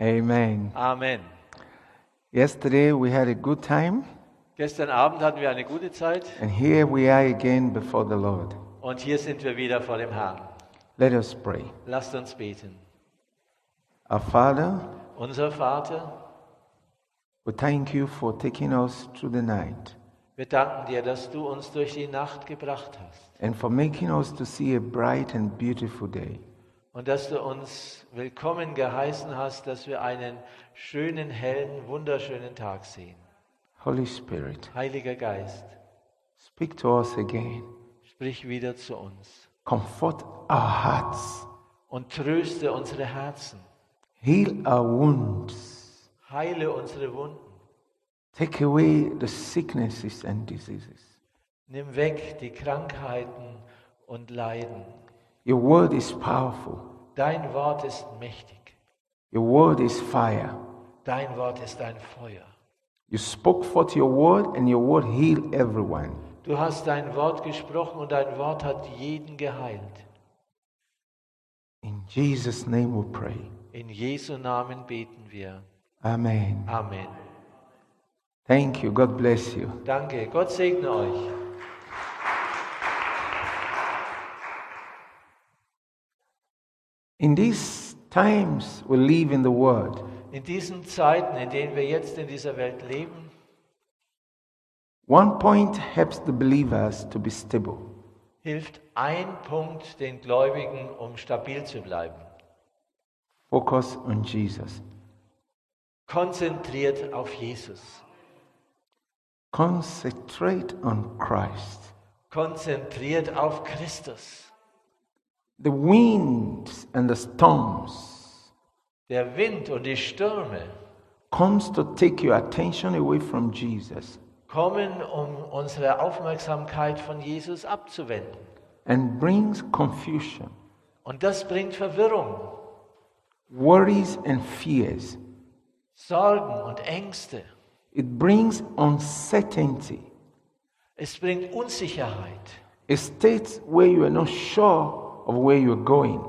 Amen. Amen. Yesterday we had a good time, Gestern Abend hatten wir eine gute Zeit and here we are again before the Lord. und hier sind wir wieder vor dem Herrn. Let us pray. Lasst uns beten. Our Father, Unser Vater, we thank you for taking us through the night wir danken dir, dass du uns durch die Nacht gebracht hast and for making us to see a bright and beautiful day. und dass du uns willkommen geheißen hast, dass wir einen schönen, hellen, wunderschönen Tag sehen. Holy Spirit, Heiliger Geist, speak to us again. sprich wieder zu uns Comfort our hearts, und tröste unsere Herzen, heal our wounds, heile unsere Wunden, take away the sicknesses and diseases. nimm weg die Krankheiten und Leiden. Your word is powerful, Dein Wort ist mächtig. your word is fire. Dein Wort ist ein Feuer. You spoke forth your word, and your word healed everyone. Du hast dein Wort gesprochen und dein Wort hat jeden geheilt. In Jesus' name we pray. In Jesu Namen beten wir. Amen. Amen. Thank you. God bless you. Danke. Gott segne euch. In these times we live in the world, In diesen Zeiten, in denen wir jetzt in dieser Welt leben, one point helps the believers to be stable. hilft ein Punkt den Gläubigen, um stabil zu bleiben. Focus on Jesus. Konzentriert auf Jesus. Concentrate on Christ. Konzentriert auf Christus. The winds and the storms Der Wind und die Stürme comes to take your attention away from Jesus kommen, um unsere Aufmerksamkeit von Jesus abzuwenden. and brings confusion, Und das bringt Verwirrung. worries and fears. Sorgen und Ängste. It brings uncertainty, Es bringt Unsicherheit. a state where you are not sure of where you are going.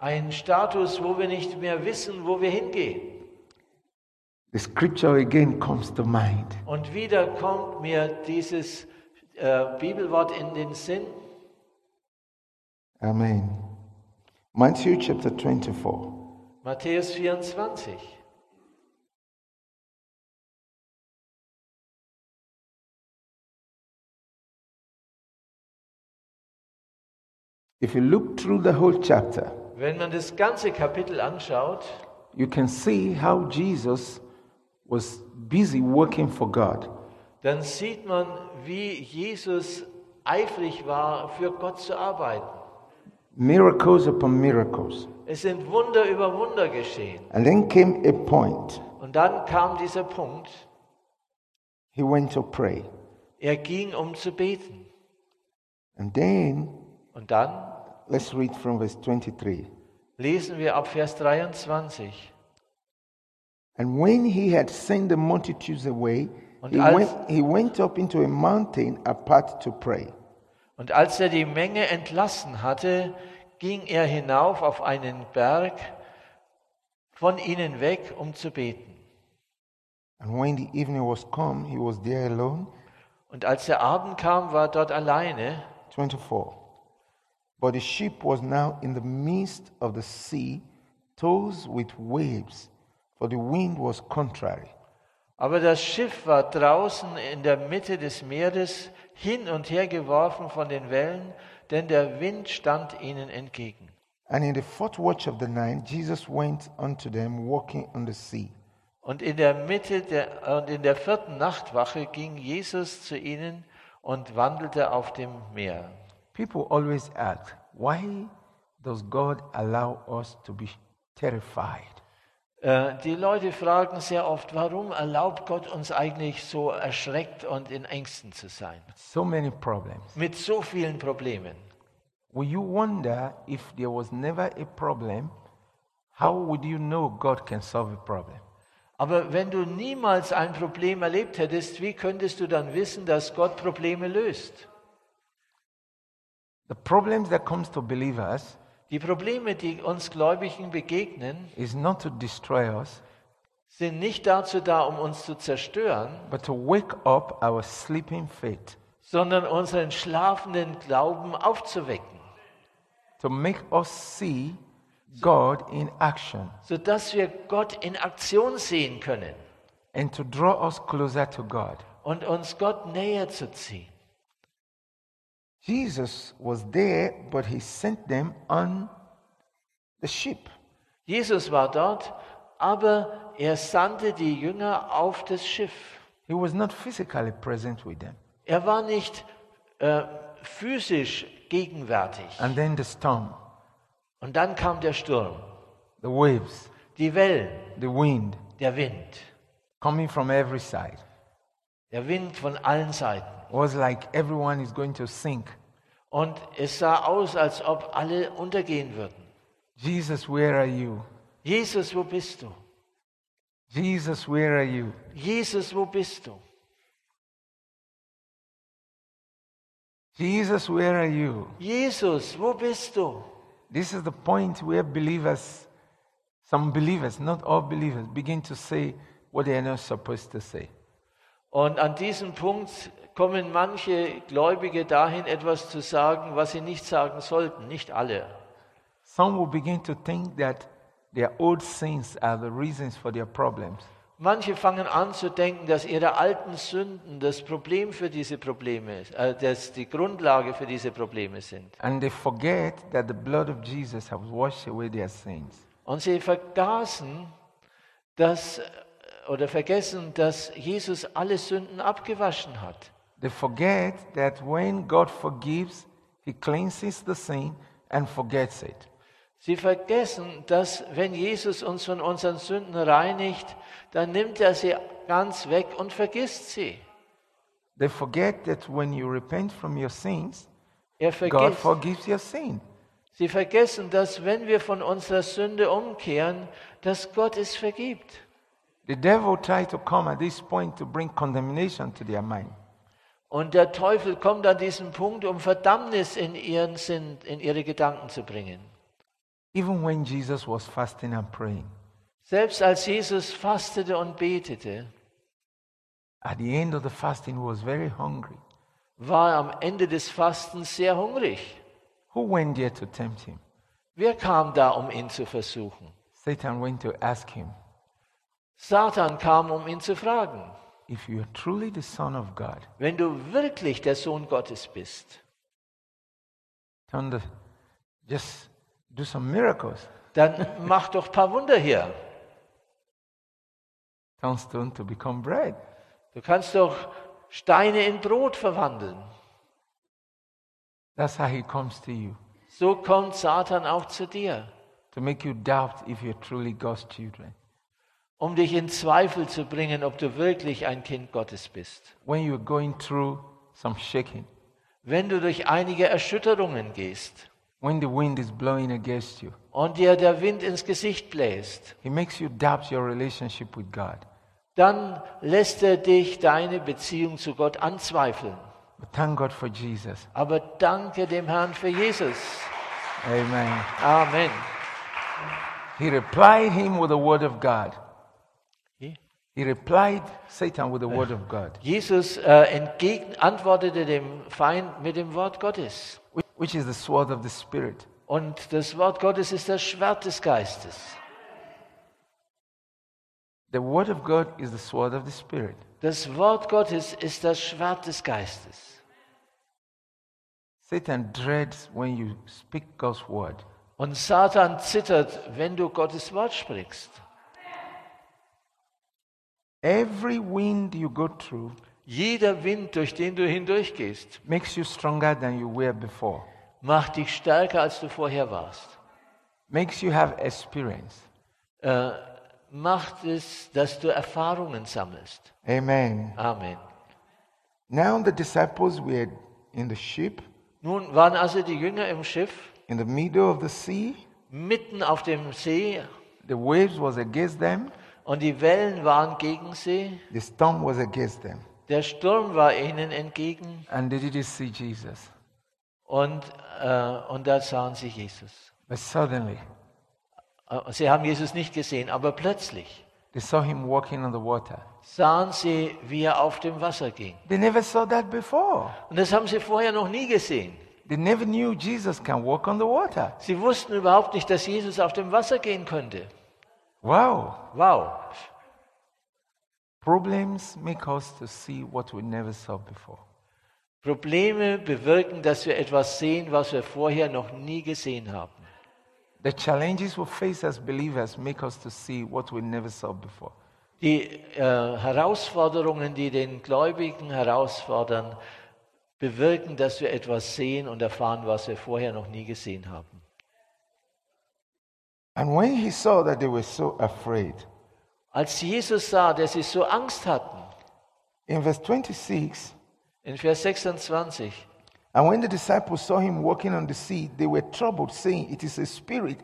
Ein Status, wo wir nicht mehr wissen, wo wir hingehen. The scripture again comes to mind. Und wieder kommt mir dieses äh, Bibelwort in den Sinn. Amen. Matthew chapter 24. Matthäus 24. If you look through the whole chapter, Wenn man das ganze Kapitel anschaut, you can see how Jesus was busy working for God. dann sieht man, wie Jesus eifrig war, für Gott zu arbeiten. Miracles upon miracles. Es sind Wunder über Wunder geschehen. And then came a point. Und dann kam dieser Punkt, He went to pray. er ging, um zu beten. And then Und dann let's read from verse 23. lesen wir ab Vers 23. And when he had sent the multitudes away, Und he als- went, he went up into a mountain apart to pray. Und als er die Menge entlassen hatte, ging er hinauf auf einen Berg von ihnen weg, um zu beten. And when the evening was come, he was there alone. Und als der Abend kam, war er dort alleine. 24. But the ship was now in the midst of the sea, tossed with waves, for the wind was contrary. Aber das Schiff war draußen in der Mitte des Meeres hin und her geworfen von den Wellen, denn der Wind stand ihnen entgegen. And in the fourth watch of the night, Jesus went unto them walking on the sea. Und in der Mitte der, und in der vierten Nachtwache ging Jesus zu ihnen und wandelte auf dem Meer. People always ask, why does God allow us to be terrified? Äh, Die Leute fragen sehr oft, warum erlaubt Gott uns eigentlich so erschreckt und in Ängsten zu sein? So many problems. Mit so vielen Problemen. Will you wonder if there was never a problem, how would you know God can solve a problem? Aber wenn du niemals ein Problem erlebt hättest, wie könntest du dann wissen, dass Gott Probleme löst? The problems that comes to believers Die Probleme, die uns Gläubigen begegnen, is not to destroy us, sind nicht dazu da, um uns zu zerstören, but to wake up our sleeping faith, sondern unseren schlafenden Glauben aufzuwecken, to make us see God in action, sodass wir Gott in Aktion sehen können and to draw us closer to God. und uns Gott näher zu ziehen. Jesus was there, but he sent them on the ship. Jesus war dort, aber er sandte die Jünger auf das Schiff. He was not physically present with them. Er war nicht äh, physisch gegenwärtig. And then the storm, Und dann kam der Sturm, the waves, die Wellen, the wind der Wind. coming from every side Der Wind von allen Seiten. was like everyone is going to sink. Und es sah aus, als ob alle untergehen würden. Jesus, where are you? Jesus, wo bist du? Jesus, where are you? Jesus, wo bist du? Jesus, where are you? Jesus, wo bist du? This is the point where believers, some believers, not all believers, begin to say what they are not supposed to say. Und an diesem Punkt kommen manche Gläubige dahin, etwas zu sagen, was sie nicht sagen sollten. Nicht alle. Some will begin to think that their old sins are the reasons for their problems. Manche fangen an zu denken, dass ihre alten Sünden das Problem für diese Probleme, äh, dass die Grundlage für diese Probleme sind. And they forget that the blood of Jesus has washed away their sins. Und sie vergaßen, dass, oder vergessen, dass Jesus alle Sünden abgewaschen hat. They forget that when God forgives, He cleanses the sin and forgets it. Sie vergessen, dass wenn Jesus uns von unseren Sünden reinigt, dann nimmt er sie ganz weg und vergisst sie. They forget that when you repent from your sins, Er God vergisst. forgives your sin. Sie vergessen, dass wenn wir von unserer Sünde umkehren, dass Gott es vergibt. The devil tried to come at this point to bring condemnation to their mind. Und der Teufel kommt an diesen Punkt, um Verdammnis in ihren Sinn, in ihre Gedanken zu bringen. Even when Jesus was fasting and praying, Selbst als Jesus fastete und betete, at the end of the fasting, he was very hungry. war er am Ende des Fastens sehr hungrig. Who went there to tempt him? Wer kam da, um ihn zu versuchen? Satan went to ask him, Satan kam, um ihn zu fragen, If you are truly the Son of God, wenn du wirklich der Sohn Gottes bist, turn the, just do some miracles. dann mach doch ein paar Wunder hier. Turn stone to become bread. Du kannst doch Steine in Brot verwandeln. That's how he comes to you, So kommt Satan auch zu dir, to make you doubt if you're truly God's children. um dich in Zweifel zu bringen, ob du wirklich ein Kind Gottes bist. When you're going through some shaking, Wenn du durch einige Erschütterungen gehst when the wind is blowing against you, und dir der Wind ins Gesicht bläst, He makes you doubt your relationship with God. dann lässt er dich deine Beziehung zu Gott anzweifeln. But thank God for Jesus. Aber danke dem Herrn für Jesus. Amen. Amen. He replied him with the word of God. Je- He replied Satan with the word of God, Jesus äh, entgegen, antwortete dem Feind mit dem Wort Gottes. which- which is the sword of the Spirit. Und das Wort Gottes ist das Schwert des Geistes. The word of God is the sword of the Spirit. Das Wort Gottes ist das Schwert des Geistes. Satan dreads when you speak God's word. Und Satan zittert, wenn du Gottes Wort sprichst. Every wind you go through Jeder Wind, durch den du hindurchgehst, makes you stronger than you were before, macht dich stärker, als du vorher warst. makes you have experience. äh, macht es, dass du Erfahrungen sammelst. Amen. Amen. Now the disciples were in the ship, Nun waren also die Jünger im Schiff in the middle of the sea. mitten auf dem See The waves was against them, und die Wellen waren gegen sie. the storm was against them, Der Sturm war ihnen entgegen and they didn't see Jesus. und, äh, und da sahen sie Jesus. But suddenly, Äh, Sie haben Jesus nicht gesehen, aber plötzlich They saw him walking on the water. sahen sie, wie er auf dem Wasser ging. They never saw that before. Und das haben sie vorher noch nie gesehen. They never knew Jesus can walk on the water. Sie wussten überhaupt nicht, dass Jesus auf dem Wasser gehen könnte. Wow. Wow. Problems make us to see what we never saw before. Probleme bewirken, dass wir etwas sehen, was wir vorher noch nie gesehen haben. The challenges we face as believers make us to see what we never saw before. Die äh, Herausforderungen, die den Gläubigen herausfordern, bewirken, dass wir etwas sehen und erfahren, was wir vorher noch nie gesehen haben. And when he saw that they were so afraid, Als Jesus sah, dass sie so Angst hatten, in verse 26, in Vers 26, and when the disciples saw him walking on the sea, they were troubled, saying, It is a spirit.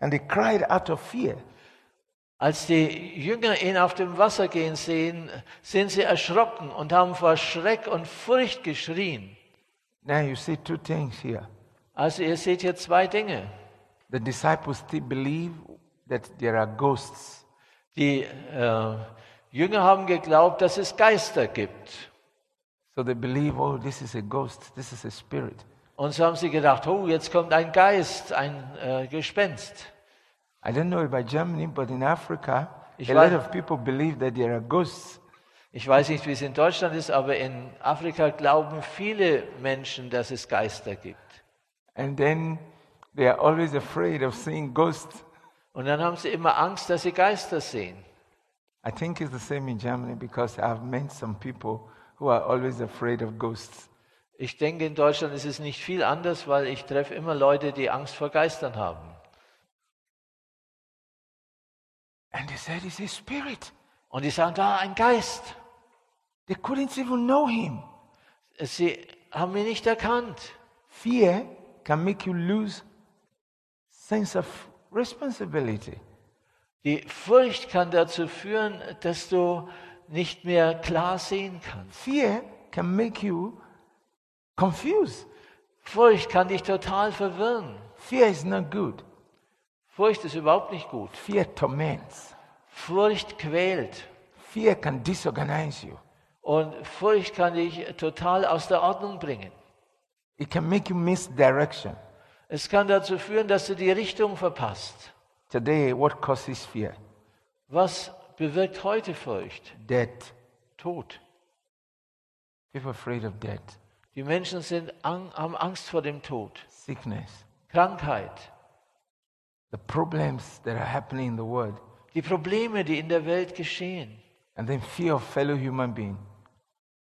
And they cried out of fear. Als die Jünger ihn auf dem Wasser gehen sehen, sind sie erschrocken und haben vor Schreck und Furcht geschrien. Now you see two things here. Also ihr seht hier zwei Dinge. The disciples still believe that there are ghosts. Die äh, Jünger haben geglaubt, dass es Geister gibt. So they believe, oh, this is a ghost, this is a spirit. Und so haben sie gedacht, oh, jetzt kommt ein Geist, ein äh, Gespenst. I don't know about Germany, but in Africa, Ich a lot weiß- of people believe that there are ghosts. Ich weiß nicht, wie es in Deutschland ist, aber in Afrika glauben viele Menschen, dass es Geister gibt. And then they are always afraid of seeing ghosts. Und dann haben sie immer Angst, dass sie Geister sehen. I think it's the same in Germany because I've met some people who are always afraid of ghosts. Ich denke, in Deutschland ist es nicht viel anders, weil ich treffe immer Leute, die Angst vor Geistern haben. And they said it's a spirit. Und die sagen, da ein Geist. They couldn't even know him. Sie haben ihn nicht erkannt. Fear can make you lose sense of responsibility. Die Furcht kann dazu führen, dass du nicht mehr klar sehen kannst. Fear can make you confused. Furcht kann dich total verwirren. Fear is not good. Furcht ist überhaupt nicht gut. Fear torments. Furcht quält. Fear can disorganize you. Und Furcht kann dich total aus der Ordnung bringen. It can make you miss direction. Es kann dazu führen, dass du die Richtung verpasst. Today, what causes fear? Was bewirkt heute Furcht? Death. Tod. People are afraid of death, Die Menschen sind ang haben Angst vor dem Tod, sickness, Krankheit, the problems that are happening in the world, die Probleme, die in der Welt geschehen. and then fear of fellow human being.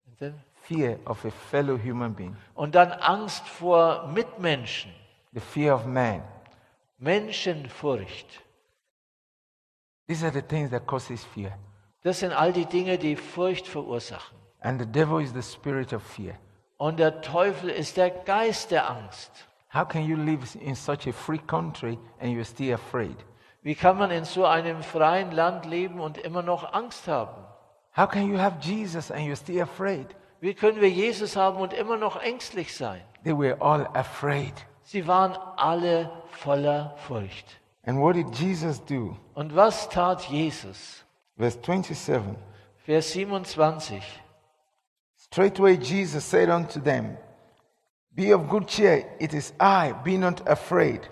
Und dann- Fear of a fellow human being. Und dann Angst vor Mitmenschen, The fear of man. Menschenfurcht. These are the things that causes fear. Das sind all die Dinge, die Furcht verursachen. And the devil is the spirit of fear. Und der Teufel ist der Geist der Angst. How can you live in such a free country and you're still afraid? Wie kann man in so einem freien Land leben und immer noch Angst haben? How can you have Jesus and you're still afraid? Wie können wir Jesus haben und immer noch ängstlich sein? They were all afraid. Sie waren alle voller Furcht. And what did Jesus do? Und was tat Jesus? Verse 27. Vers 27. Straightway Jesus said unto them, Be of good cheer, it is I, be not afraid.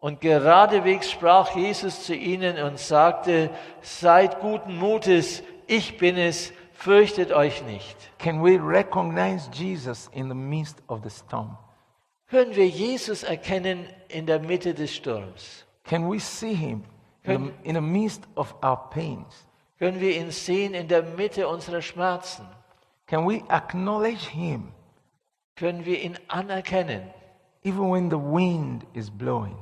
Und geradewegs sprach Jesus zu ihnen und sagte, seid guten Mutes, ich bin es, fürchtet euch nicht. Can we recognize Jesus in the midst of the storm? Können wir Jesus erkennen in der Mitte des Sturms? Can we see him in the, in the midst of our pains? Können wir ihn sehen in der Mitte unserer Schmerzen? Can we acknowledge him Können wir ihn anerkennen, even when the wind is blowing?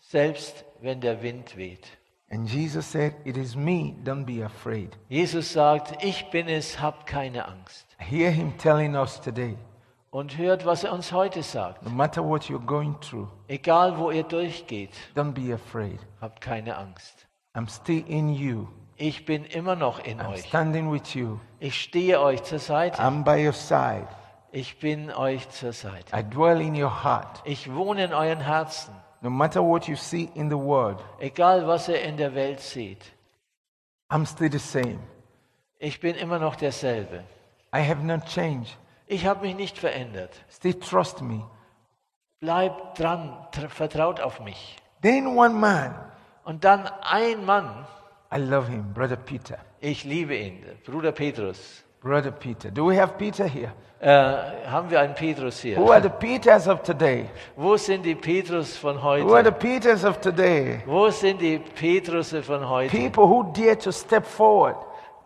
selbst wenn der Wind weht? And Jesus said, It is me, don't be afraid. Jesus sagt, ich bin es, habt keine Angst. I hear him telling us today Und hört, was er uns heute sagt. no matter what you're going through, Egal, wo ihr durchgeht, don't be afraid. habt keine Angst. I'm still in you, Ich bin immer noch in I'm euch. standing with you, Ich stehe euch zur Seite. I'm by your side. Ich bin euch zur Seite. I dwell in your heart. Ich wohne in euren Herzen. No matter what you see in the world, Egal, was ihr in der Welt seht. I'm still the same. Ich bin immer noch derselbe. I have not changed. Ich habe mich nicht verändert. Still trust me. Bleib dran, tr- vertraut auf mich. Then one man, Und dann ein Mann, I love him, Brother Peter. ich liebe ihn, Bruder Petrus. Brother Peter. Do we have Peter here? Äh, haben wir einen Petrus Who hier? are the Peters of today? Wo sind die Petrus von Who are the heute? Peters of today? Wo sind die Petrusse von heute? People who dare to step forward.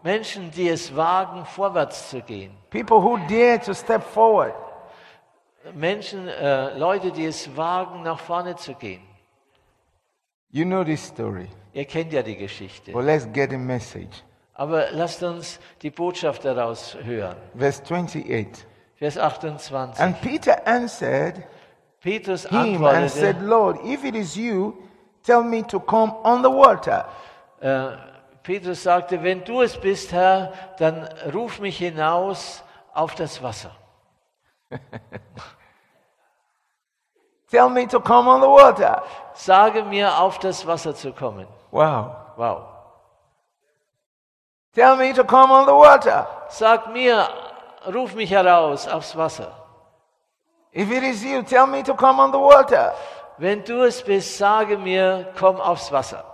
Menschen, die es wagen, vorwärts zu gehen. People who dare to step forward. Menschen, äh, Leute, die es wagen, nach vorne zu gehen. You know this story, Ihr kennt ja die Geschichte. but let's get the message. Aber lasst uns die Botschaft daraus hören. Verse 28. Vers 28. And Peter answered Petrus him and said, antwortete, Lord, if it is you, tell me to come on the water. äh, Petrus sagte, wenn du es bist, Herr, dann ruf mich hinaus auf das Wasser. Tell me to come on the water. Sage mir, auf das Wasser zu kommen. Wow. Wow. Tell me to come on the water. Sag mir, ruf mich heraus aufs Wasser. If it is you, tell me to come on the water. Wenn du es bist, sage mir, komm aufs Wasser.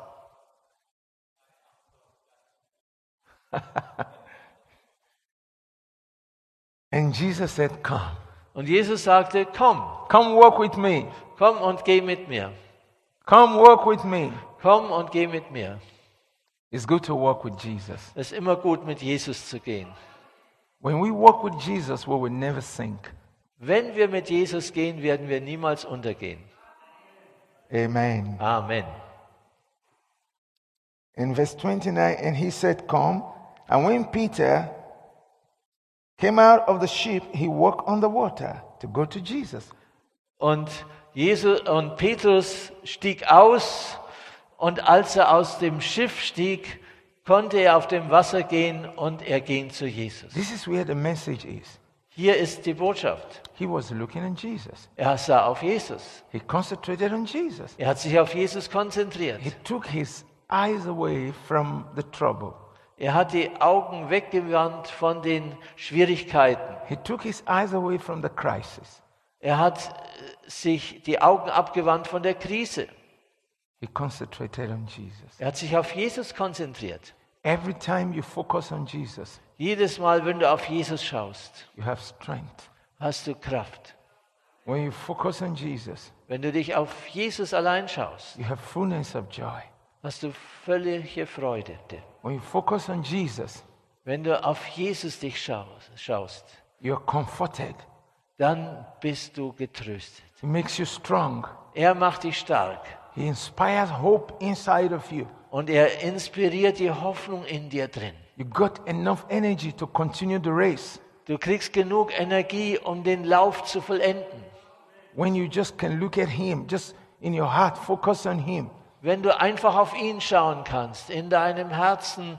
And Jesus said, Come. Und Jesus sagte, komm, Come walk with me. komm und geh mit mir. Come walk with me. Komm und geh mit mir. It's good to walk with Jesus. Es ist immer gut, mit Jesus zu gehen. When we walk with Jesus, we will never sink. Wenn wir mit Jesus gehen, werden wir niemals untergehen. Amen. Amen. In verse 29, and he said, Come. And when Peter came out of the ship, he walked on the water to go to Jesus. Und, Jesus, und Petrus stieg aus und als er aus dem Schiff stieg, konnte er auf dem Wasser gehen und er ging zu Jesus. This is where the message is. Hier ist die Botschaft. He was looking at Jesus, Er sah auf Jesus. he concentrated on Jesus. Er hat sich auf Jesus konzentriert. He took his eyes away from the trouble, Er hat die Augen weggewandt von den Schwierigkeiten. he took his eyes away from the crisis. Er hat äh, sich die Augen abgewandt von der Krise. He concentrated on Jesus. Er hat sich auf Jesus konzentriert. Every time you focus on Jesus, Jedes Mal, wenn du auf Jesus schaust, you have strength. hast du Kraft. When you focus on Jesus, Wenn du dich auf Jesus allein schaust, you have fullness of joy. hast du völlige Freude. When you focus on Jesus, Wenn du auf Jesus dich schaust, schaust you are comforted. dann bist du getröstet. He makes you strong. Er macht dich stark He inspires hope inside of you. und er inspiriert die Hoffnung in dir drin. You got enough energy to continue the race Du kriegst genug Energie, um den Lauf zu vollenden. when you just can look at Him, just in your heart, focus on Him. Wenn du einfach auf ihn schauen kannst, in deinem Herzen,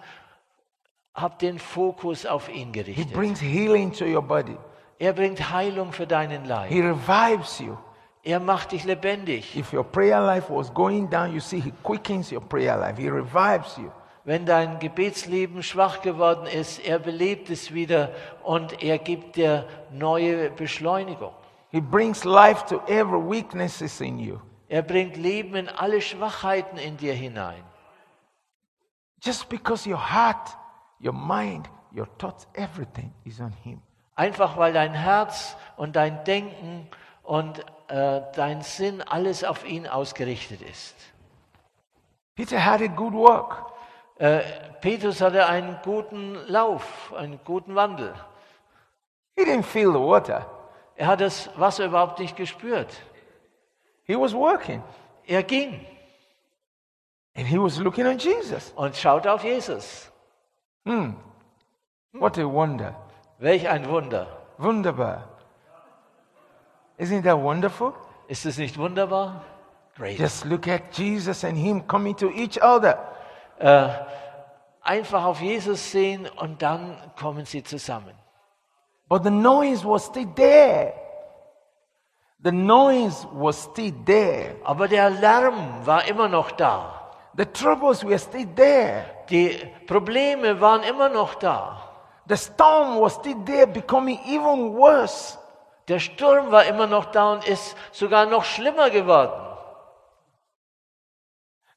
hab den Fokus auf ihn He gerichtet. brings healing to your body. Er bringt Heilung für deinen Leib. He revives you. Er macht dich lebendig. If your prayer life was going down, you see, He quickens your prayer life. He revives you. Wenn dein Gebetsleben schwach geworden ist, er belebt es wieder und er gibt dir neue Beschleunigung. He brings life to every weaknesses in you. Er bringt Leben in alle Schwachheiten in dir hinein. Just because your heart, your mind, your thoughts, everything is on Him. Einfach weil dein Herz und dein Denken und äh, dein Sinn alles auf ihn ausgerichtet ist. Peter had a good walk. Äh, Petrus hatte einen guten Lauf, einen guten Wandel. He didn't feel the water. Er hat das Wasser überhaupt nicht gespürt. He was walking Er ging and he was looking at Jesus. und schaute auf Jesus. Hmm. What a wonder. Welch ein Wunder. Wunderbar. Isn't that wonderful? Ist es nicht wunderbar? Great. Just look at Jesus and him coming to each other. Äh, einfach auf Jesus sehen und dann kommen sie zusammen. But the noise was still there. The noise was still there. Aber der Lärm war immer noch da. The troubles were still there. Die Probleme waren immer noch da. The storm was still there, becoming even worse. Der Sturm war immer noch da und ist sogar noch schlimmer geworden.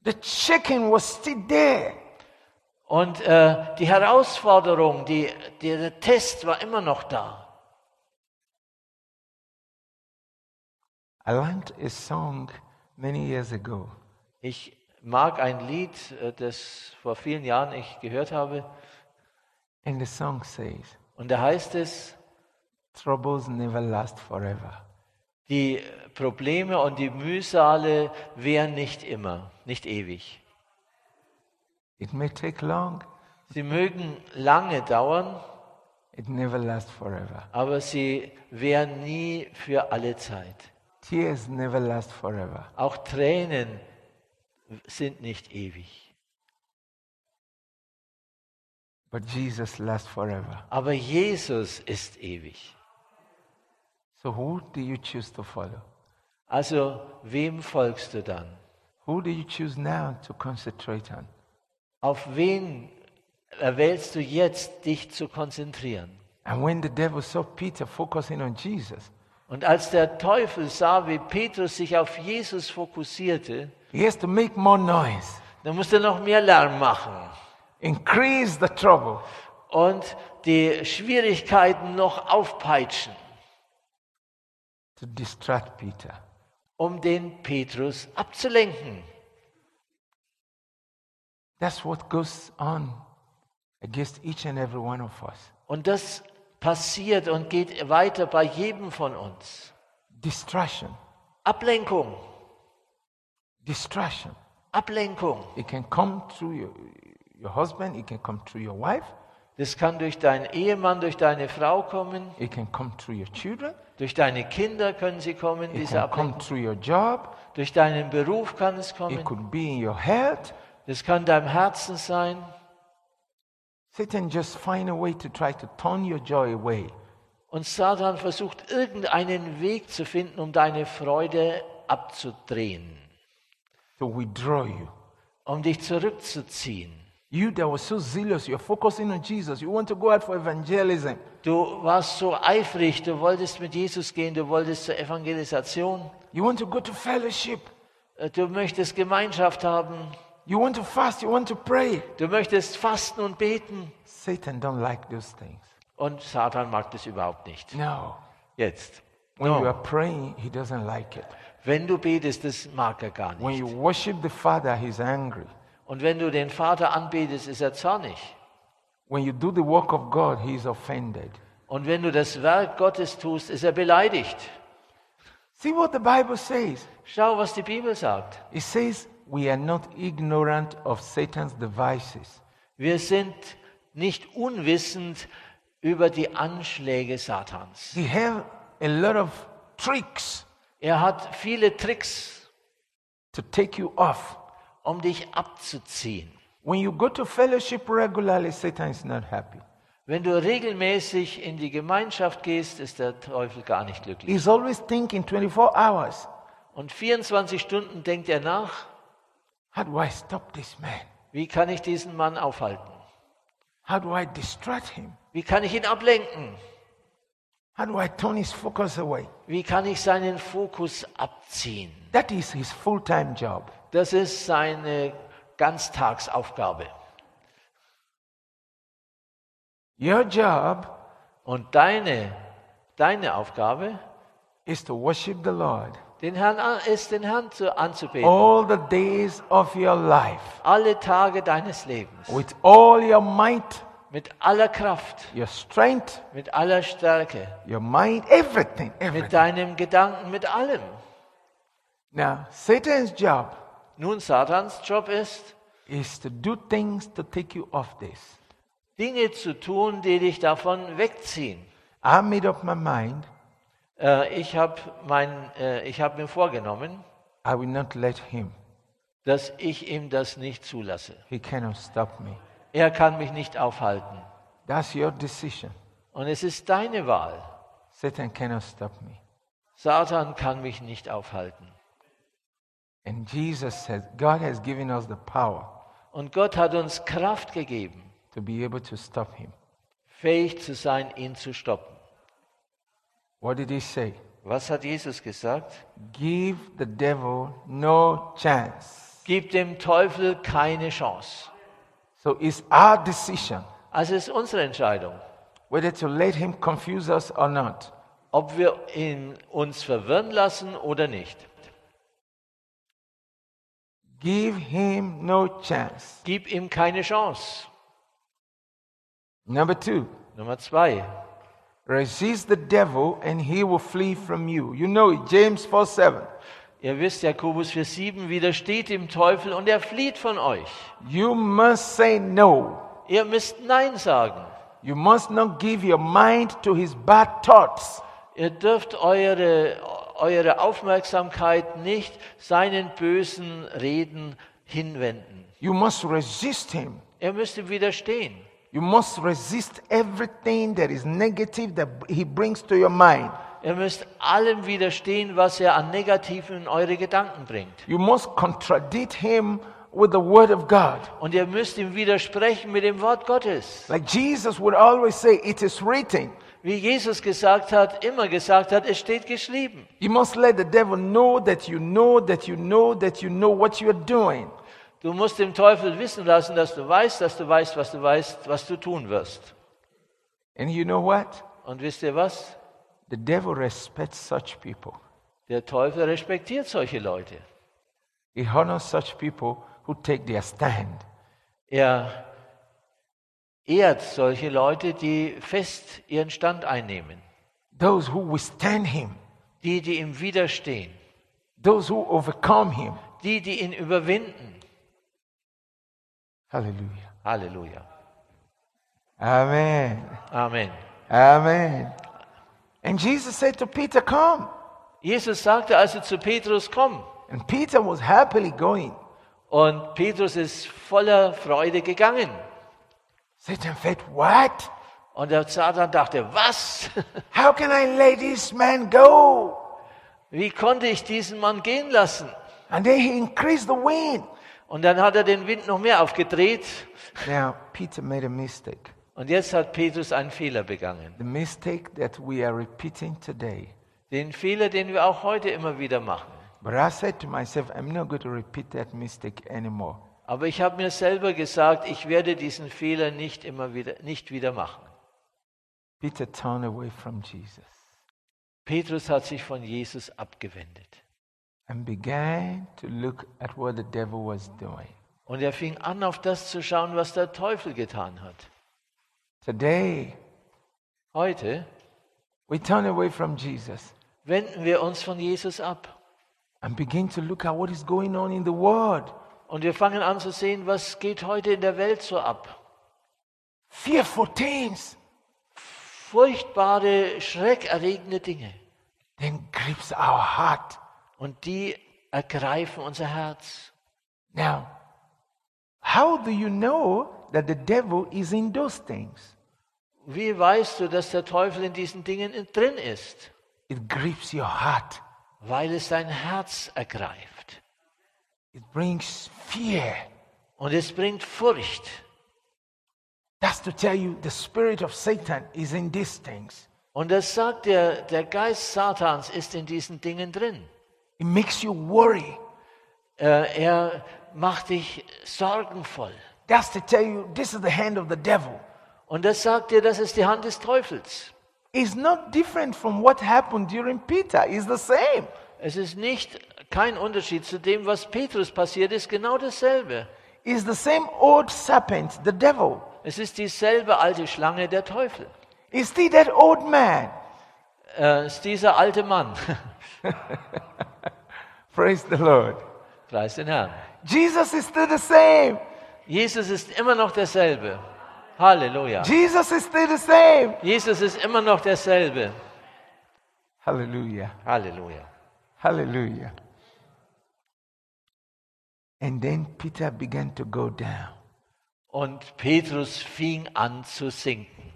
The shaking was still there. Und äh, die Herausforderung, die, die, der Test war immer noch da. I learned a song many years ago. Ich mag ein Lied, äh, das vor vielen Jahren ich gehört habe. And the song says, Und da heißt es, Troubles never last forever. die Probleme und die Mühsale wären nicht immer, nicht ewig. It may take long, Sie mögen lange dauern, it never lasts forever. aber sie wären nie für alle Zeit. Tears never last forever. Auch Tränen sind nicht ewig. But Jesus lasts forever. Aber Jesus ist ewig. So who do you choose to follow? Also wem folgst du dann? Who do you choose now to concentrate on? Auf wen erwählst du jetzt, dich zu konzentrieren? And when the devil saw Peter focusing on Jesus, Und als der Teufel sah, wie Petrus sich auf Jesus fokussierte, he has to make more noise, dann musste er noch mehr Lärm machen increase the trouble. und die Schwierigkeiten noch aufpeitschen, to distract Peter. um den Petrus abzulenken. That's what goes on against each and every one of us. Und das passiert und geht weiter bei jedem von uns. Distraction. Ablenkung, Distraction. Ablenkung. It can come through your, your husband, it can come through your wife, Das kann durch deinen Ehemann, durch deine Frau kommen, it can come through your children, durch deine Kinder können sie kommen, it diese can Ablenkung. come through your job, Durch deinen Beruf kann es it kommen. could be in your health. Das kann deinem Herzen sein. Satan just find a way to try to turn your joy away. Und Satan versucht irgendeinen Weg zu finden, um deine Freude abzudrehen, To withdraw you. um dich zurückzuziehen. You that was so zealous, you're focusing on Jesus. You want to go out for evangelism. Du warst so eifrig, du wolltest mit Jesus gehen, du wolltest zur Evangelisation, You want to go to fellowship. äh, du möchtest Gemeinschaft haben, You want to fast. You want to pray. du möchtest fasten und beten. Satan don't like those things. Und Satan mag das überhaupt nicht. No. Jetzt. When you No. are praying, he doesn't like it. Wenn du betest, das mag er gar When nicht. you worship the Father, he's angry. Und wenn du den Vater anbetest, ist er zornig. When you do the work of God, he's offended. Und wenn du das Werk Gottes tust, ist er beleidigt. See what the Bible says. Schau, was die Bibel sagt. It says, We are not ignorant of Satan's devices. Wir sind nicht unwissend über die Anschläge Satans. He have a lot of tricks Er hat viele Tricks, to take you off. um dich abzuziehen. When you go to fellowship regularly, Satan is not happy. Wenn du regelmäßig in die Gemeinschaft gehst, ist der Teufel gar nicht glücklich. He's always thinking 24 hours, Und 24 Stunden denkt er nach, How do I stop this man? wie kann ich diesen Mann aufhalten? How do I distract him? Wie kann ich ihn ablenken? How do I turn his focus away? Wie kann ich seinen Fokus abziehen? That is his full time job. Das ist seine Ganztagsaufgabe. Your job Und deine, deine Aufgabe, is to worship the Lord den Herrn an, ist den Herrn zu, anzubeten. all the days of your life Alle Tage deines Lebens. with all your might, Mit aller Kraft, your strength, mit aller Stärke, your mind, everything. mit everything. deinem Gedanken, mit allem. Now, Satan's job Nun, Satans Job ist, is to do things to take you off this. Dinge zu tun, die dich davon wegziehen. I made up my mind Äh, ich habe äh, ich hab mir vorgenommen, I will not let him. dass ich ihm das nicht zulasse. He cannot stop me. Er kann mich nicht aufhalten. That's your decision. Und es ist deine Wahl. Satan cannot stop me. Satan kann mich nicht aufhalten. And Jesus says, God has given us the power Und Gott hat uns Kraft gegeben, to be able to stop him. fähig zu sein, ihn zu stoppen. What did he say? Was hat Jesus gesagt? Give the devil no chance. Gib dem Teufel keine Chance. So it's our decision Also ist unsere Entscheidung, whether to let him confuse us or not. ob wir ihn uns verwirren lassen oder nicht. Give him no chance. Gib ihm keine Chance. Number two, Nummer zwei. resist the devil and he will flee from you. You know it, James 4 7. Ihr wisst, Jakobus 4,7 widersteht dem Teufel und er flieht von euch. You must say no. Ihr müsst Nein sagen. You must not give your mind to his bad thoughts. Ihr dürft eure, eure Aufmerksamkeit nicht seinen bösen Reden hinwenden. You must resist him. Ihr müsst ihm widerstehen. You must resist everything that is negative that he brings to your mind. Ihr müsst allem widerstehen, was er an Negativen in eure Gedanken bringt. You must contradict him with the word of God. Und ihr müsst ihm widersprechen mit dem Wort Gottes. Like Jesus would always say, It is written. Wie Jesus gesagt hat, immer gesagt hat, es steht geschrieben. You must let the devil know that you know that you know that you know what you're doing. Du musst dem Teufel wissen lassen, dass du weißt, dass du weißt, was du weißt, was du tun wirst. And you know what? Und wisst ihr was? The devil respects such people, Der Teufel respektiert solche Leute. he honors such people who take their stand. Er ehrt solche Leute, die fest ihren Stand einnehmen, Those who withstand him, die, die ihm widerstehen, those who overcome him. die, die ihn überwinden. Hallelujah. Halleluja. Amen. Amen. Amen. And Jesus said to Peter, Come. Jesus sagte also zu Petrus, komm. And Peter was happily going. Und Petrus ist voller Freude gegangen. Satan said, What? Und der Satan dachte, was? How can I let this man go? Wie konnte ich diesen Mann gehen lassen? And then he increased the wind. Und dann hat er den Wind noch mehr aufgedreht. Now, Peter made a mistake. Und jetzt hat Petrus einen Fehler begangen. The mistake that we are repeating today. Den Fehler, den wir auch heute immer wieder machen. But I said to myself, I'm not going to repeat that mistake anymore. Aber ich habe mir selber gesagt, ich werde diesen Fehler nicht immer wieder, nicht wieder machen. Peter turned away from Jesus Petrus hat sich von Jesus abgewendet. and began to look at what the devil was doing. Und er fing an, auf das zu schauen, was der Teufel getan hat. Today, Heute we turn away from Jesus wenden wir uns von Jesus ab. and begin to look at what is going on in the world. Und wir fangen an zu sehen, was geht heute in der Welt so ab. Fearful things Furchtbare, schreckerregende Dinge. then grips our heart. Und die ergreifen unser Herz. Now, how do you know that the devil is in those things? Wie weißt du, dass der Teufel in diesen Dingen drin ist? It grips your heart. Weil es dein Herz ergreift. It brings fear. Und es bringt Furcht. That's to tell you the spirit of Satan is in these things. Und das sagt der, der Geist Satans ist in diesen Dingen drin. It makes you worry. Äh, er macht dich sorgenvoll. That's to tell you this is the hand of the devil. Und das sagt dir, das ist die Hand des Teufels. It's not different from what happened during Peter. It's the same. Es ist nicht kein Unterschied zu dem, was Petrus passiert ist, genau dasselbe. It's the same old serpent, the devil. Es ist dieselbe alte Schlange der Teufel. It's still that old man. Äh, es ist dieser alte Mann. Praise the Lord. Preis den Herrn. Jesus is still the same. Jesus ist immer noch derselbe. Halleluja. Jesus is still the same. Jesus ist immer noch derselbe. Hallelujah. Halleluja. Hallelujah. And then Peter began to go down. Und Petrus fing an zu sinken.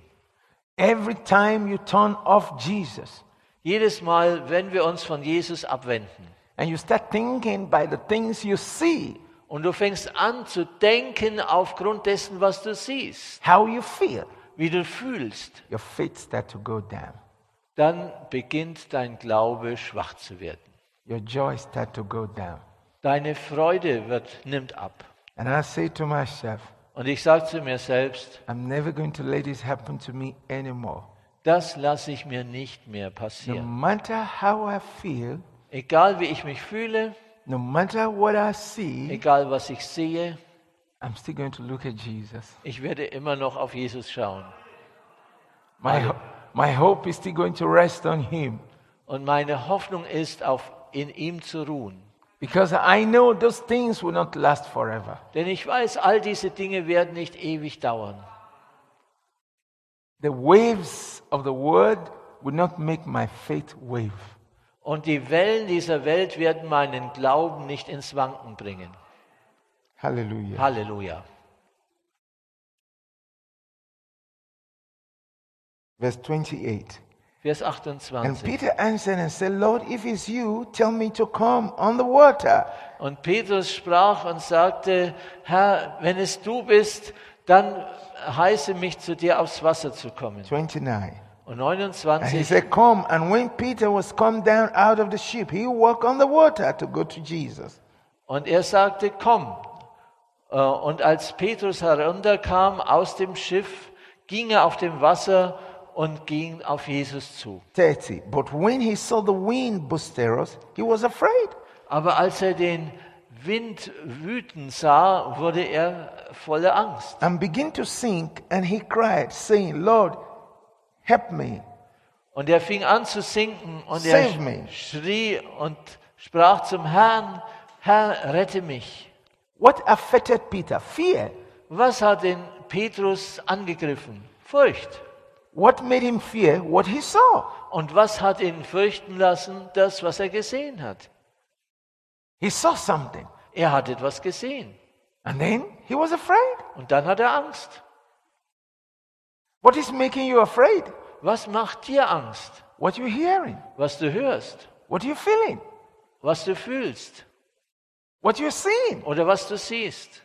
Every time you turn off Jesus Jedes Mal, wenn wir uns von Jesus abwenden and you start thinking by the things you see, Und du fängst an zu denken aufgrund dessen, was du siehst, how you feel. wie du fühlst. Your faith starts to go down. Dann beginnt dein Glaube schwach zu werden. Your joy starts to go down. Deine Freude wird, nimmt ab. And I say to myself, Und ich sage zu mir selbst, I'm never going to let this happen to me anymore. das lasse ich mir nicht mehr No passieren. matter how I feel, Egal wie ich mich fühle, no matter what I see, egal was ich sehe, I'm still going to look at Jesus. ich werde immer noch auf Jesus schauen. My, ho- my hope is still going to rest on Him Und meine Hoffnung ist, auf, in ihm zu ruhen. because I know those things will not last forever. Denn ich weiß, all diese Dinge werden nicht ewig dauern. The waves of the world will not make my faith wave. Und die Wellen dieser Welt werden meinen Glauben nicht ins Wanken bringen. Hallelujah. Halleluja. Verse 28. Vers And 28. Peter answered and said, Lord, if it's you, tell me to come on the water. Und Petrus sprach und sagte, Herr, wenn es du bist, dann heiße mich zu dir aufs Wasser zu kommen. 29. Und And he 29. said, Come. And when Peter was come down out of the ship, he walked on the water to go to Jesus. Und er sagte, komm. Äh, Und als Petrus herunterkam aus dem Schiff, ging er auf dem Wasser und ging auf Jesus zu. 30. But when he saw the wind boisterous, he was afraid. Aber als er den Wind wüten sah, wurde er voller Angst and began to sink, and he cried, saying, Lord, help me. und er fing an zu sinken und Save me. er schrie und sprach zum Herrn, Herr, rette mich. What affected Peter? Fear. Was hat den Petrus angegriffen? Furcht. What made him fear? What he saw. Und was hat ihn fürchten lassen? Das, was er gesehen hat. He saw something, Er hat etwas gesehen and then he was afraid. und dann hat er Angst. What is making you afraid? Was macht dir Angst? What you hearing? Was du hörst, What you feeling? was du fühlst What you seeing? oder was du siehst.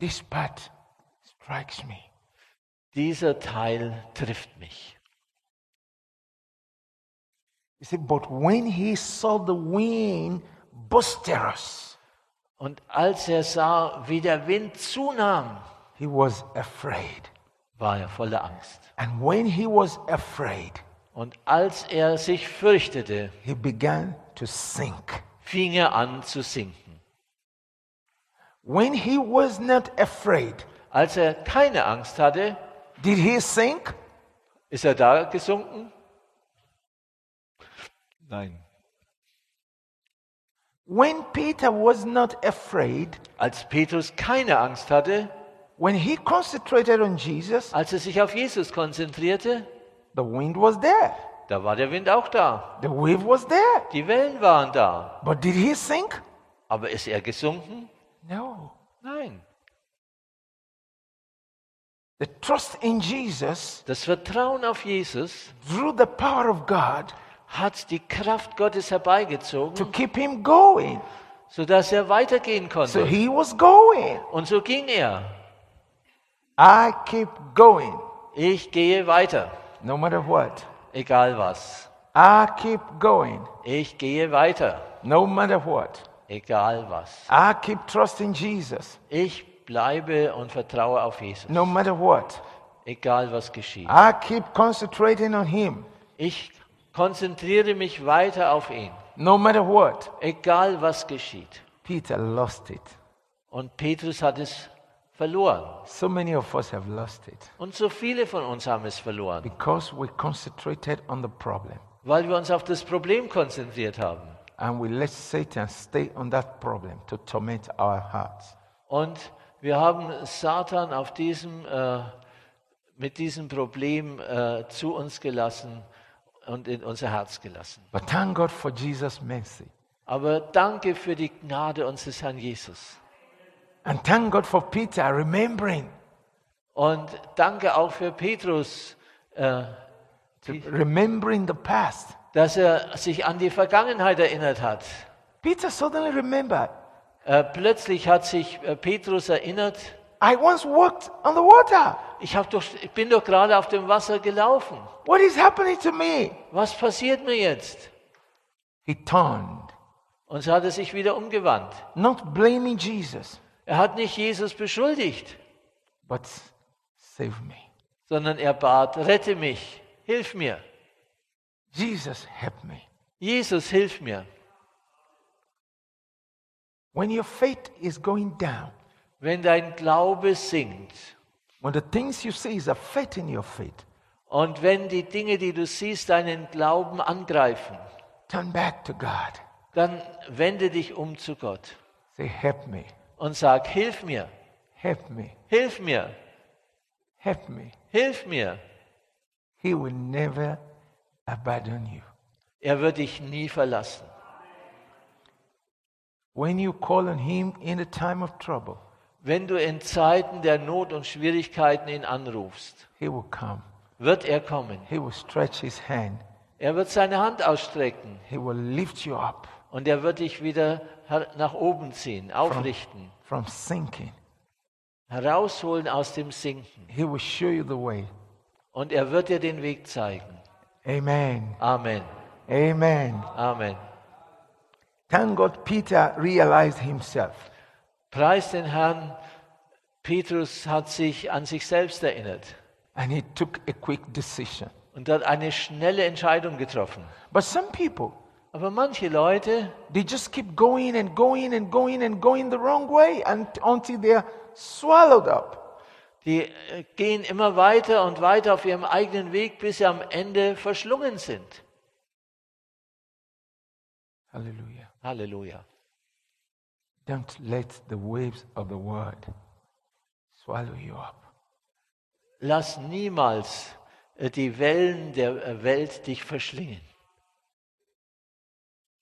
This part strikes me. Dieser Teil trifft mich. You see, but when he saw the wind boisterous, Und als er sah, wie der Wind zunahm, he was afraid. war er voller Angst. And when he was afraid, Und als er sich fürchtete, he began to sink. fing er an zu sinken. When he was not afraid, Als er keine Angst hatte, did he sink? ist er da gesunken? Nein. When Peter was not afraid, Als Petrus keine Angst hatte, when he concentrated on Jesus, als er sich auf Jesus konzentrierte, the wind was there, da war der Wind auch da. the wave was there. Die Wellen waren da. But did he sink? Aber ist er gesunken? No. Nein. The trust in Jesus Das Vertrauen auf Jesus through the power of God hat die Kraft Gottes to herbeigezogen, keep him going. sodass er weitergehen So konnte. he was going. Und so ging er. I keep going, Ich gehe weiter, no matter what. egal was. I keep going, Ich gehe weiter, no matter what. egal was. I keep trusting Jesus, Ich bleibe und vertraue auf Jesus, no matter what. egal was geschieht. I keep concentrating on Him, Ich konzentriere mich weiter auf ihn, no matter what. egal was geschieht. Peter lost it. Und Petrus hat es verloren. So many of us have lost it Und so viele von uns haben es verloren, because we concentrated on the problem weil wir uns auf das Problem konzentriert haben. and we let Satan stay on that problem to torment our hearts. Und wir haben Satan auf diesem, äh, mit diesem Problem äh, zu uns gelassen und in unser Herz gelassen. But thank God for Jesus' mercy. Aber danke für die Gnade unseres Herrn Jesus. And thank God for Peter remembering Und danke auch für Petrus, äh, äh, remembering the past. dass er sich an die Vergangenheit erinnert hat. Peter suddenly remembered, Äh, plötzlich hat sich äh, Petrus erinnert, I once walked on the water. ich, hab doch, ich bin doch gerade auf dem Wasser gelaufen. What is happening to me? Was passiert mir jetzt? He turned, Und so hat er sich wieder umgewandt. not blaming Jesus, Er hat nicht Jesus beschuldigt, but save me. sondern er bat, rette mich, hilf mir. Jesus, help me. Jesus, hilf mir. When your faith is going down, Wenn dein Glaube sinkt when the things you see is affecting your faith, und wenn die Dinge, die du siehst, deinen Glauben angreifen, turn back to God. dann wende dich um zu Gott Say, help me, und sag, hilf mir, help me, hilf mir, help me. hilf mir. He will never abandon you. Er wird dich nie verlassen. When you call on Him in a time of trouble, Wenn du in Zeiten der Not und Schwierigkeiten ihn anrufst, He will come. wird er kommen. He will stretch His hand. Er wird seine Hand ausstrecken He will lift you up und er wird dich wieder her- nach oben ziehen, aufrichten, from sinking. herausholen aus dem Sinken He will show you the way. und er wird dir den Weg zeigen. Amen. Amen. Amen. Amen. Thank God Peter realized himself. Preis den Herrn. Petrus hat sich an sich selbst erinnert and he took a quick decision. und hat eine schnelle Entscheidung getroffen. But some people, Aber manche Leute, they just keep going and going and going and going the wrong way and, until they're swallowed up. die äh, gehen immer weiter und weiter auf ihrem eigenen Weg, bis sie am Ende verschlungen sind. Hallelujah. Halleluja. Don't let the waves of the world swallow you up. Lass niemals äh, die Wellen der äh, Welt dich verschlingen.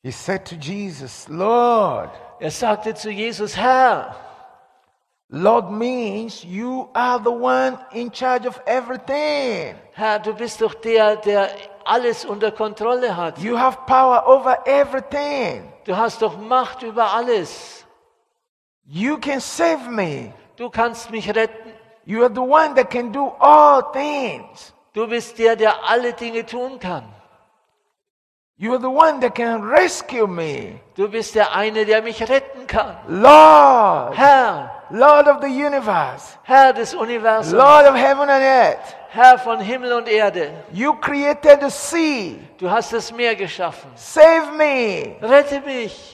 He said to Jesus, Lord, Er sagte zu Jesus, Herr, Lord means you are the one in charge of everything. Herr, du bist doch der, der alles unter Kontrolle hat. You have power over everything. Du hast doch Macht über alles. You can save me. Du kannst mich retten. You are the one that can do all things. Du bist der, der alle Dinge tun kann. You are the one that can rescue me. Du bist der eine, der mich retten kann. Lord, Herr, Lord of the universe, Herr des Universums, Lord of heaven and earth, Herr von Himmel und Erde. you created the sea. Du hast das Meer geschaffen. Save me. Rette mich.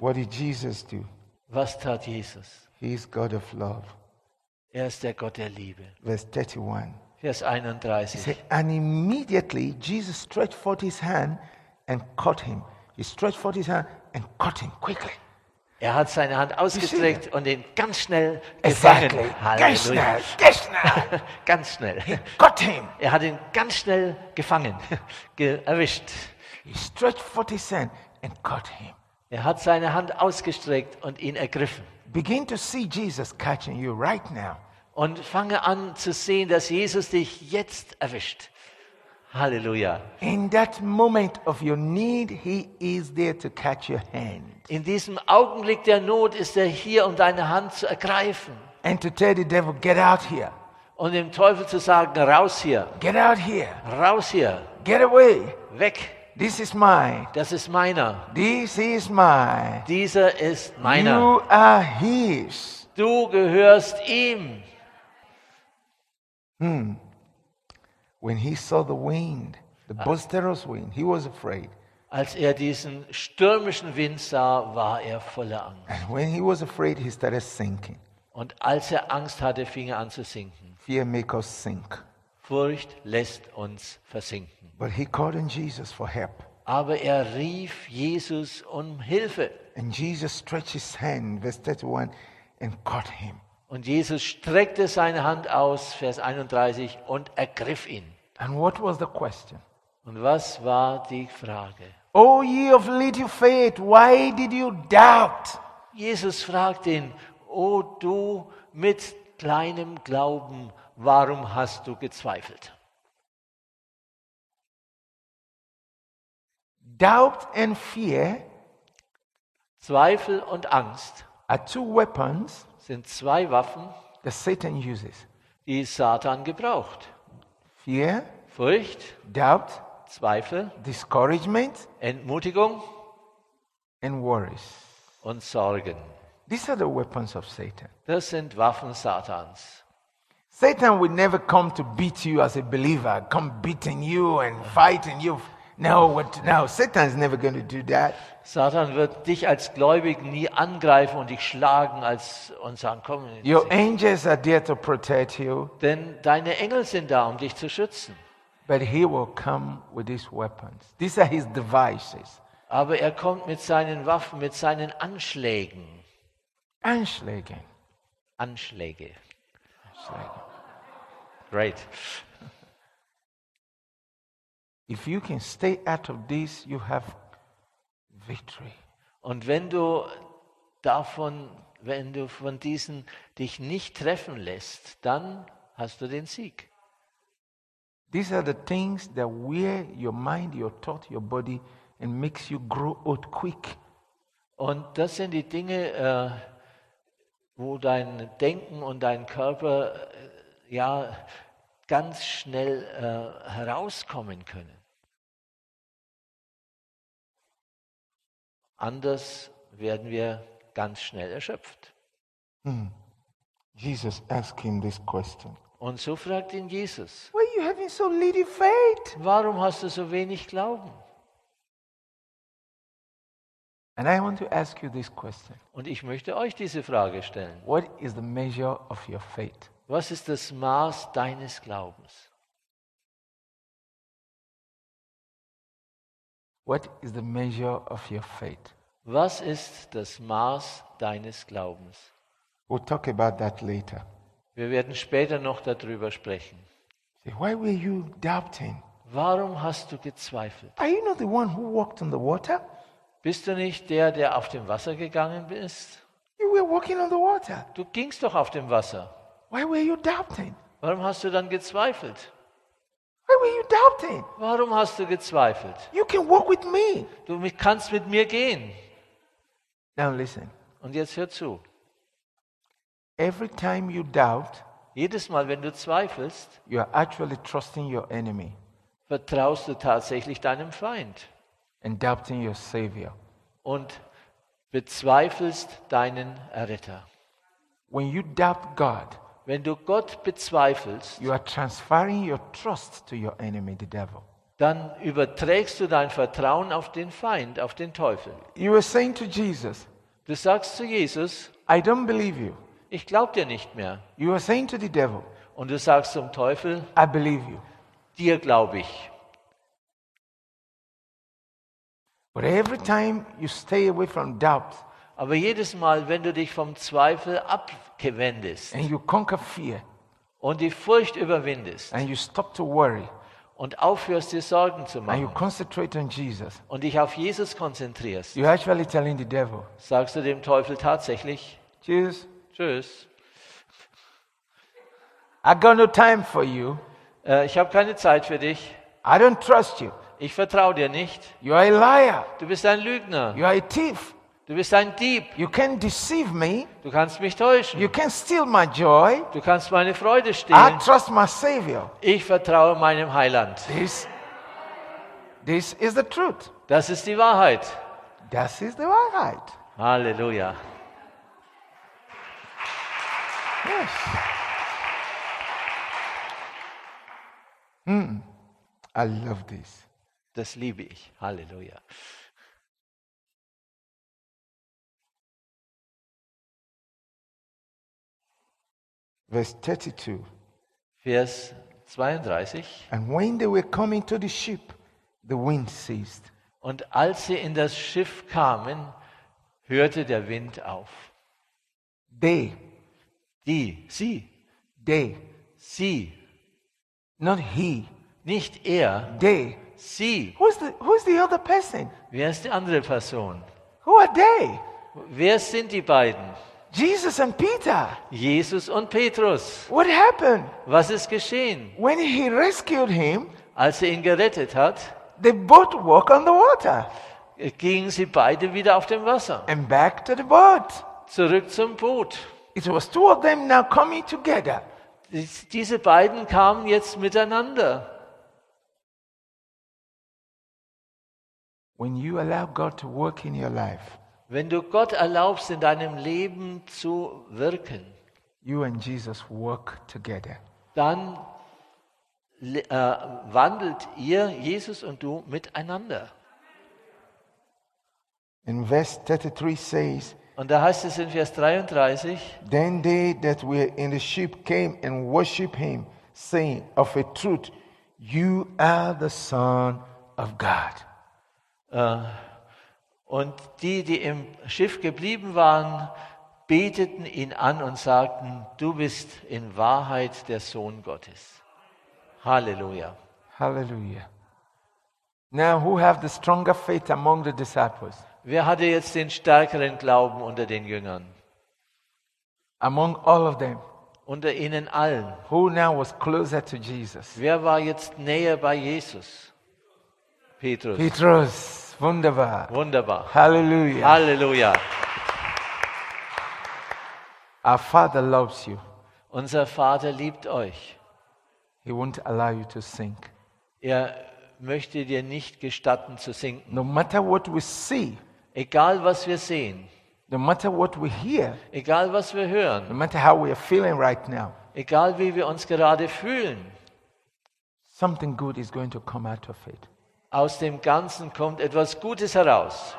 What did Jesus do? Was tat Jesus? He is God of love. Er ist der Gott der Liebe. Verse 31. Vers He 31. said, And immediately Jesus stretched forth his hand and caught him. He stretched forth his hand and caught him quickly. Er hat seine Hand ausgestreckt und ihn ganz schnell gefangen. Exactly. Ganz Halleluja. schnell, ganz schnell. Ganz schnell. Caught him. Er hat ihn ganz schnell gefangen, ge erwischt. He stretched forth his hand and caught him. Er hat seine Hand ausgestreckt und ihn ergriffen. Begin to see Jesus catching you right now. Und fange an zu sehen, dass Jesus dich jetzt erwischt. Halleluja. In that moment of your need, He is there to catch your hand In diesem Augenblick der Not ist er hier, um deine Hand zu ergreifen and to tell the devil, Get out here, und dem Teufel zu sagen, raus hier, get out here, raus hier, get away. weg, This is mine, das ist meiner, this is mine. dieser ist meiner. You are His. Du gehörst ihm. When He saw the wind, the boisterous wind, He was afraid. Als er diesen stürmischen Wind sah, war er voller Angst. And when He was afraid, He started sinking. Und als er Angst hatte, fing er an zu sinken. Fear makes us sink. Furcht lässt uns versinken. But He called on Jesus for help. Aber er rief Jesus um Hilfe. And Jesus stretched His hand, verse 31, and caught Him. Und Jesus streckte seine Hand aus, Vers 31, und ergriff ihn. And what was the question? Und was war die Frage? O ye of little faith, why did you doubt? Jesus fragt ihn, O du mit kleinem Glauben, warum hast du gezweifelt? Doubt and fear Zweifel und Angst are two weapons sind zwei Waffen, that Satan uses die Satan gebraucht. fear, Furcht, doubt, Zweifel, discouragement, Entmutigung and worries. und Sorgen. These are the weapons of Satan. Das sind Waffen Satans. Satan will never come to beat you as a believer, come beating you and fighting you. No, what, no, Satan is never going to do that. Satan wird dich als Gläubigen nie angreifen und dich schlagen als, und sagen, komm. in den Your Segen. angels are there to protect you, Denn deine Engel sind da, um dich zu schützen. but he will come with his weapons. These are his devices. Aber er kommt mit seinen Waffen, mit seinen Anschlägen. Anschlägen. Anschläge. Anschlägen. Great. If you can stay out of this, you have victory. Und wenn du davon, wenn du von diesen dich nicht treffen lässt, dann hast du den Sieg. These are the things that wear your mind, your thought, your body, and makes you grow old quick. Und das sind die Dinge, äh, wo dein Denken und dein Körper äh, ja ganz schnell äh, herauskommen können. Anders werden wir ganz schnell erschöpft. Jesus asked him this question. Und so fragt ihn Jesus, Why are you having so little faith? warum hast du so wenig Glauben? And I want to ask you this question. Und ich möchte euch diese Frage stellen. What is the measure of your faith? Was ist das Maß deines Glaubens? What is the measure of your faith? Was ist das Maß deines Glaubens? We'll talk about that later. Wir werden später noch darüber sprechen. Say, Why were you doubting? Warum hast du gezweifelt? Are you not the one who walked on the water? Bist du nicht der, der auf dem Wasser gegangen ist? You were walking on the water. Du gingst doch auf dem Wasser. Why were you doubting? Warum hast du dann gezweifelt? Why were you doubting? Warum hast du gezweifelt? You can walk with me. Du mi- kannst mit mir gehen. Now listen. Und jetzt hör zu. Every time you doubt, Jedes Mal, wenn du zweifelst, you are actually trusting your enemy vertraust du tatsächlich deinem Feind. and doubting your Savior. und bezweifelst deinen Erretter. When you doubt God, Wenn du Gott bezweifelst, you are transferring your trust to your enemy, the devil. dann überträgst du dein Vertrauen auf den Feind, auf den Teufel. You were saying to Jesus, Du sagst zu Jesus, I don't believe you. ich glaube dir nicht mehr. You were saying to the devil, Und du sagst zum Teufel, I believe you. dir glaube ich. But every time you stay away from doubt Aber jedes Mal, wenn du dich vom Zweifel abwendest and you conquer fear und die Furcht überwindest and you stop to worry und aufhörst, dir Sorgen zu and you machen concentrate on Jesus, und dich auf Jesus konzentrierst, you're actually telling the devil, sagst du dem Teufel tatsächlich, Jesus, tschüss, I got no time for you. äh, ich habe keine Zeit für dich, I don't trust you. Ich vertraue dir nicht. You are a liar. Du bist ein Lügner. You are a thief. Du bist ein Dieb. You can't deceive me. Du kannst mich täuschen. You can't steal my joy. Du kannst meine Freude I stehlen. trust my Savior. Ich vertraue meinem Heiland. This, this is the truth. Das ist die Wahrheit. This is the right. Halleluja. Yes. Hmm. I love this. Das liebe ich. Halleluja. Verse 32. Vers 32. And when they were coming to the ship, the wind ceased. Und als sie in das Schiff kamen, hörte der Wind auf. They, Die, sie, they, sie, not he, nicht er, they. sie. Who's the, who's the other person? Wer ist die andere Person? Who are they? Wer sind die beiden? Jesus and Peter. Jesus und Petrus. What happened? Was ist geschehen? When he rescued him, Als er ihn gerettet hat, they both walked on the water gingen sie beide wieder auf dem Wasser, and back to the boat. zurück zum Boot. It was two of them now coming together. Dies- Diese beiden kamen jetzt miteinander. When you allow God to work in your life, Wenn du Gott erlaubst, in deinem Leben zu wirken, you and Jesus work together. dann le- äh, wandelt ihr, Jesus und du, miteinander. In verse 33 says, Und da heißt es in Vers 33, Then they that were in the ship came and worshipped him, saying, Of a truth, you are the Son of God. äh, und die, die im Schiff geblieben waren, beteten ihn an und sagten, du bist in Wahrheit der Sohn Gottes. Halleluja. Hallelujah. Now, who have the stronger faith among the disciples? Wer hatte jetzt den stärkeren Glauben unter den Jüngern? Among all of them, Unter ihnen allen. who now was closer to Jesus? Wer war jetzt näher bei Jesus? Petrus. Petrus, wunderbar. Wunderbar. Hallelujah. Halleluja. Our Father loves you. Unser Vater liebt euch. He won't allow you to sink. Er möchte dir nicht gestatten zu sinken. No matter what we see, Egal was wir sehen, no matter what we hear, egal was wir no hören, matter how we are feeling right now, egal wie wir uns gerade fühlen, something good is going to come out of it. aus dem Ganzen kommt etwas Gutes heraus.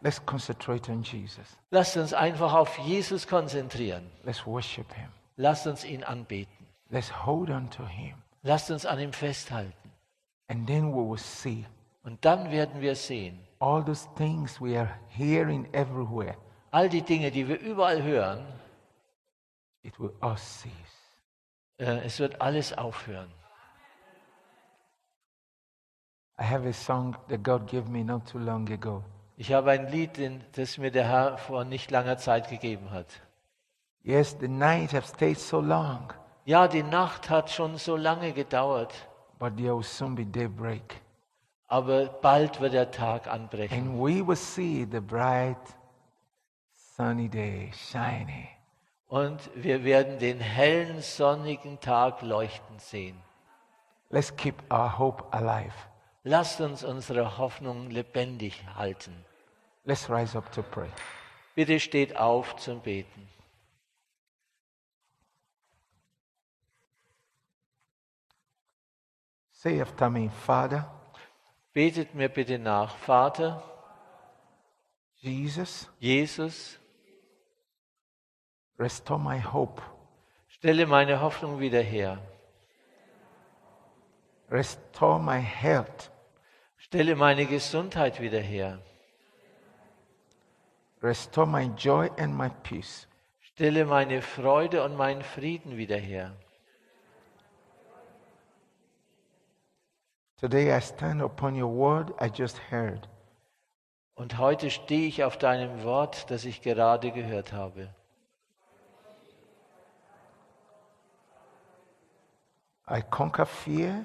Let's concentrate on Jesus. Lasst uns einfach auf Jesus konzentrieren. Let's worship Him. Lasst uns ihn anbeten. Let's hold on to Him. Lasst uns an ihm festhalten. And then we will see Und dann werden wir sehen, all those things we are hearing everywhere. all die Dinge, die wir überall hören, It will all cease. äh, es wird alles aufhören. I have a song that God gave me not too long ago. Ich habe ein Lied, den, das mir der Herr vor nicht langer Zeit gegeben hat. Yes, the night have stayed so long, Ja, die Nacht hat schon so lange gedauert, but there will soon be daybreak. aber bald wird der Tag anbrechen. And we will see the bright, sunny day shining. Und wir werden den hellen, sonnigen Tag leuchten sehen. Let's keep our hope alive. Lasst uns unsere Hoffnung lebendig halten. Let's rise up to pray. Bitte steht auf zum Beten. Say after me, Father, Betet mir bitte nach. Vater, Jesus, Jesus, restore my hope, stelle meine Hoffnung wieder her. restore my health, Stelle meine Gesundheit wieder her. restore my joy and my peace. Stelle meine Freude und meinen Frieden wieder her. Today I stand upon your word I just heard. Und heute stehe ich auf deinem Wort, das ich gerade gehört habe. I conquer fear,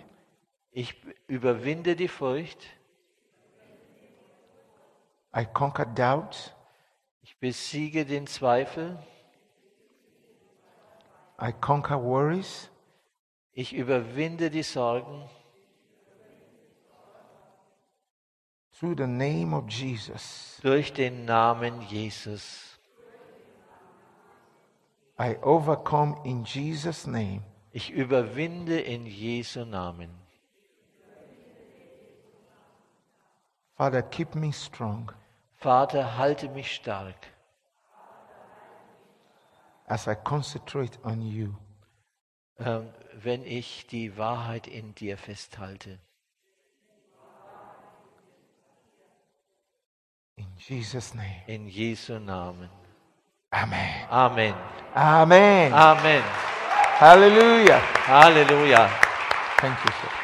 Ich überwinde die Furcht, I conquer doubt, ich besiege den Zweifel, I conquer worries, ich überwinde die Sorgen through the name of Jesus. durch den Namen Jesus. I overcome in Jesus' name. Ich überwinde in Jesu Namen. Father, keep me strong Vater, halte mich stark, as I concentrate on you. ähm, wenn ich die Wahrheit in dir festhalte. In Jesus' name. In Jesu Namen. Amen. Amen. Amen. Amen. Hallelujah. Halleluja. Thank you, sir.